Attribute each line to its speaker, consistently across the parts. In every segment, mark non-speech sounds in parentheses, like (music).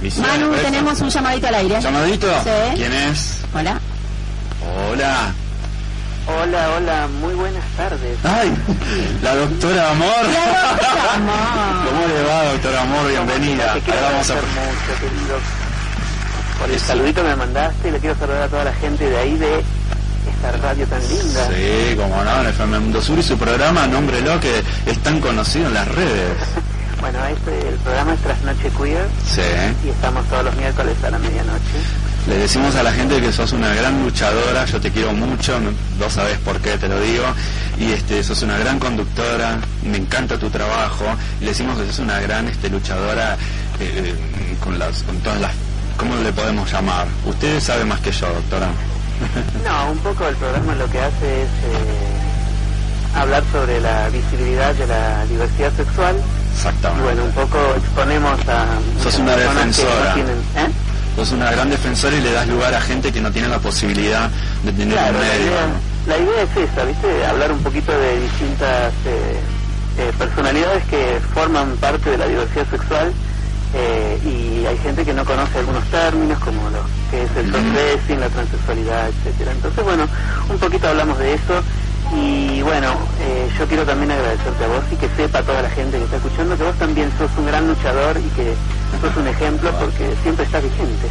Speaker 1: Visión
Speaker 2: Manu,
Speaker 1: Expresa.
Speaker 2: tenemos un llamadito al aire.
Speaker 1: ¿Llamadito?
Speaker 2: Sí.
Speaker 1: ¿Quién es?
Speaker 2: Hola.
Speaker 1: Hola.
Speaker 3: Hola, hola, muy buenas tardes.
Speaker 1: Ay, la doctora Amor.
Speaker 2: La
Speaker 1: (laughs)
Speaker 2: doctora Amor.
Speaker 1: ¿Cómo le va, doctora Amor? Bienvenida.
Speaker 3: Te quiero
Speaker 1: Ahora vamos a...
Speaker 3: agradecer mucho, querido, por el saludito que me mandaste. Le quiero saludar a toda la gente de ahí de esta radio tan linda.
Speaker 1: Sí, como no, en FM Mundo Sur y su programa, nómbrelo, que es tan conocido en las redes.
Speaker 3: Bueno, este, el programa es Trasnoche Queer
Speaker 1: Sí.
Speaker 3: y estamos todos los miércoles a la medianoche.
Speaker 1: Le decimos a la gente que sos una gran luchadora, yo te quiero mucho, no- vos sabés por qué te lo digo, y este, sos una gran conductora, me encanta tu trabajo, y le decimos que sos una gran este, luchadora eh, eh, con, las, con todas las... ¿Cómo le podemos llamar? Usted sabe más que yo, doctora.
Speaker 3: No, un poco el programa lo que hace es eh, hablar sobre la visibilidad de la diversidad sexual. Y
Speaker 1: Exactamente.
Speaker 3: bueno, un poco exponemos a
Speaker 1: Sos
Speaker 3: muchas
Speaker 1: una
Speaker 3: personas que no
Speaker 1: defensora.
Speaker 3: tienen- ¿eh?
Speaker 1: Sos una gran defensora y le das lugar a gente que no tiene la posibilidad de tener
Speaker 3: Claro,
Speaker 1: un
Speaker 3: la
Speaker 1: medio.
Speaker 3: idea, la idea es esa, ¿viste? Hablar un poquito de distintas eh, eh, personalidades que forman parte de la diversidad sexual eh, y hay gente que no conoce algunos términos como lo que es el
Speaker 1: Ujú.
Speaker 3: transdressing, la transexualidad, etcétera. Entonces, bueno, un poquito hablamos de eso y bueno, eh, yo quiero también agradecerte a vos y que sepa toda la gente que está escuchando que vos también sos un gran luchador y que sos un ejemplo porque siempre está vigente.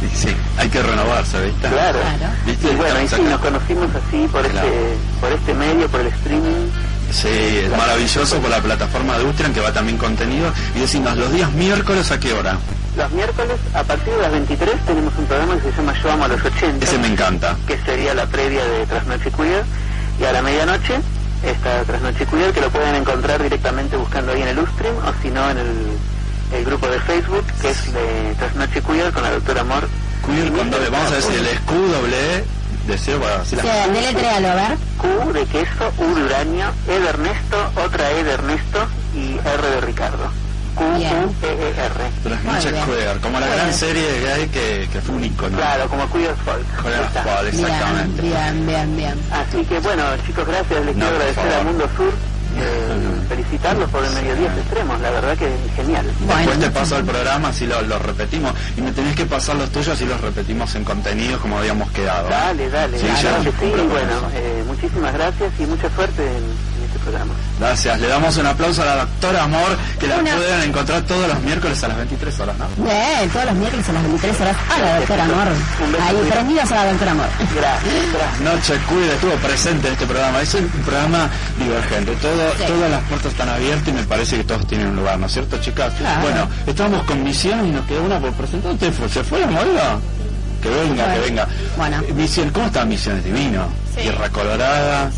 Speaker 1: Y sí, hay que renovarse, ¿viste?
Speaker 3: Claro.
Speaker 2: Claro.
Speaker 1: ¿Viste?
Speaker 3: Y bueno, y sí,
Speaker 1: Estamos
Speaker 3: nos
Speaker 1: acá.
Speaker 3: conocimos así por
Speaker 1: Claro.
Speaker 3: este por este medio, por el streaming.
Speaker 1: Sí, es maravilloso por la plataforma de Utrian que va también contenido. Y decimos, los días miércoles a qué hora?
Speaker 3: Los miércoles, a partir de las 23, tenemos un programa que se llama Yo Amo a los 80,
Speaker 1: Ese me encanta.
Speaker 3: que sería la previa de Trasnoche Queer. Y a la medianoche está Trasnoche Queer, que lo pueden encontrar directamente buscando ahí en el Ustream o si no en el, el grupo de Facebook, que es de Trasnoche Queer con la doctora Amor.
Speaker 1: Queer con doble- vamos a ver si el escudo doble E, deseo para así
Speaker 2: Sí,
Speaker 1: la-
Speaker 2: deletréalo, a ver.
Speaker 3: Q de queso, U de uranio, E de Ernesto, otra E de Ernesto y R de Ricardo. Q,
Speaker 2: Bien.
Speaker 3: U, E, E, R.
Speaker 1: Las
Speaker 2: Muy
Speaker 1: noches
Speaker 2: bien.
Speaker 1: queer, como la
Speaker 2: Muy
Speaker 1: gran
Speaker 2: bien.
Speaker 1: serie gay que, que fue un icono.
Speaker 3: Claro, como Queer Folk.
Speaker 1: Con
Speaker 3: Ahí
Speaker 1: el
Speaker 3: está.
Speaker 1: cual,
Speaker 2: Bien,
Speaker 1: exactamente.
Speaker 2: bien, bien, bien.
Speaker 3: Así que bueno, chicos, gracias. Les
Speaker 1: No,
Speaker 3: quiero
Speaker 1: por
Speaker 3: agradecer
Speaker 1: favor.
Speaker 3: a Mundo Sur. eh, felicitarlos por el mediodía extremos. La verdad que es genial.
Speaker 1: Después
Speaker 2: Bueno.
Speaker 1: te paso el programa si lo, lo repetimos. Y me tenés que pasar los tuyos y los repetimos en contenidos como habíamos quedado.
Speaker 3: Dale, dale.
Speaker 1: Sí,
Speaker 3: claro
Speaker 1: ya,
Speaker 3: que sí.
Speaker 1: cumplo
Speaker 3: Y
Speaker 1: con
Speaker 3: bueno,
Speaker 1: eso.
Speaker 3: eh, muchísimas gracias y mucha suerte en, en este programa.
Speaker 1: Gracias. Le damos un aplauso a la doctora Amor, que la
Speaker 2: Una-
Speaker 1: pueden encontrar todos los miércoles a las 23 horas, ¿no?
Speaker 2: Bien, todos los miércoles a las 23 horas a la doctora Amor.
Speaker 3: Un beso,
Speaker 2: Ahí,
Speaker 3: cuida.
Speaker 2: prendidos a la doctora Amor.
Speaker 3: Gracias, gracias.
Speaker 1: Noche Cuida estuvo presente en este programa. Es un programa divergente. Todo,
Speaker 2: Sí.
Speaker 1: Todas las puertas están abiertas y me parece que todos tienen un lugar, ¿no es cierto, chicas?
Speaker 2: Claro.
Speaker 1: Bueno, estábamos con Misión y nos quedó una por presentar. ¿Usted fue- ¿Se fue la modelo? Que venga,
Speaker 2: Bueno.
Speaker 1: que venga.
Speaker 2: Bueno.
Speaker 1: Eh, Misión, ¿cómo está Misión? Es divino.
Speaker 4: Sí.
Speaker 1: Tierra Colorada.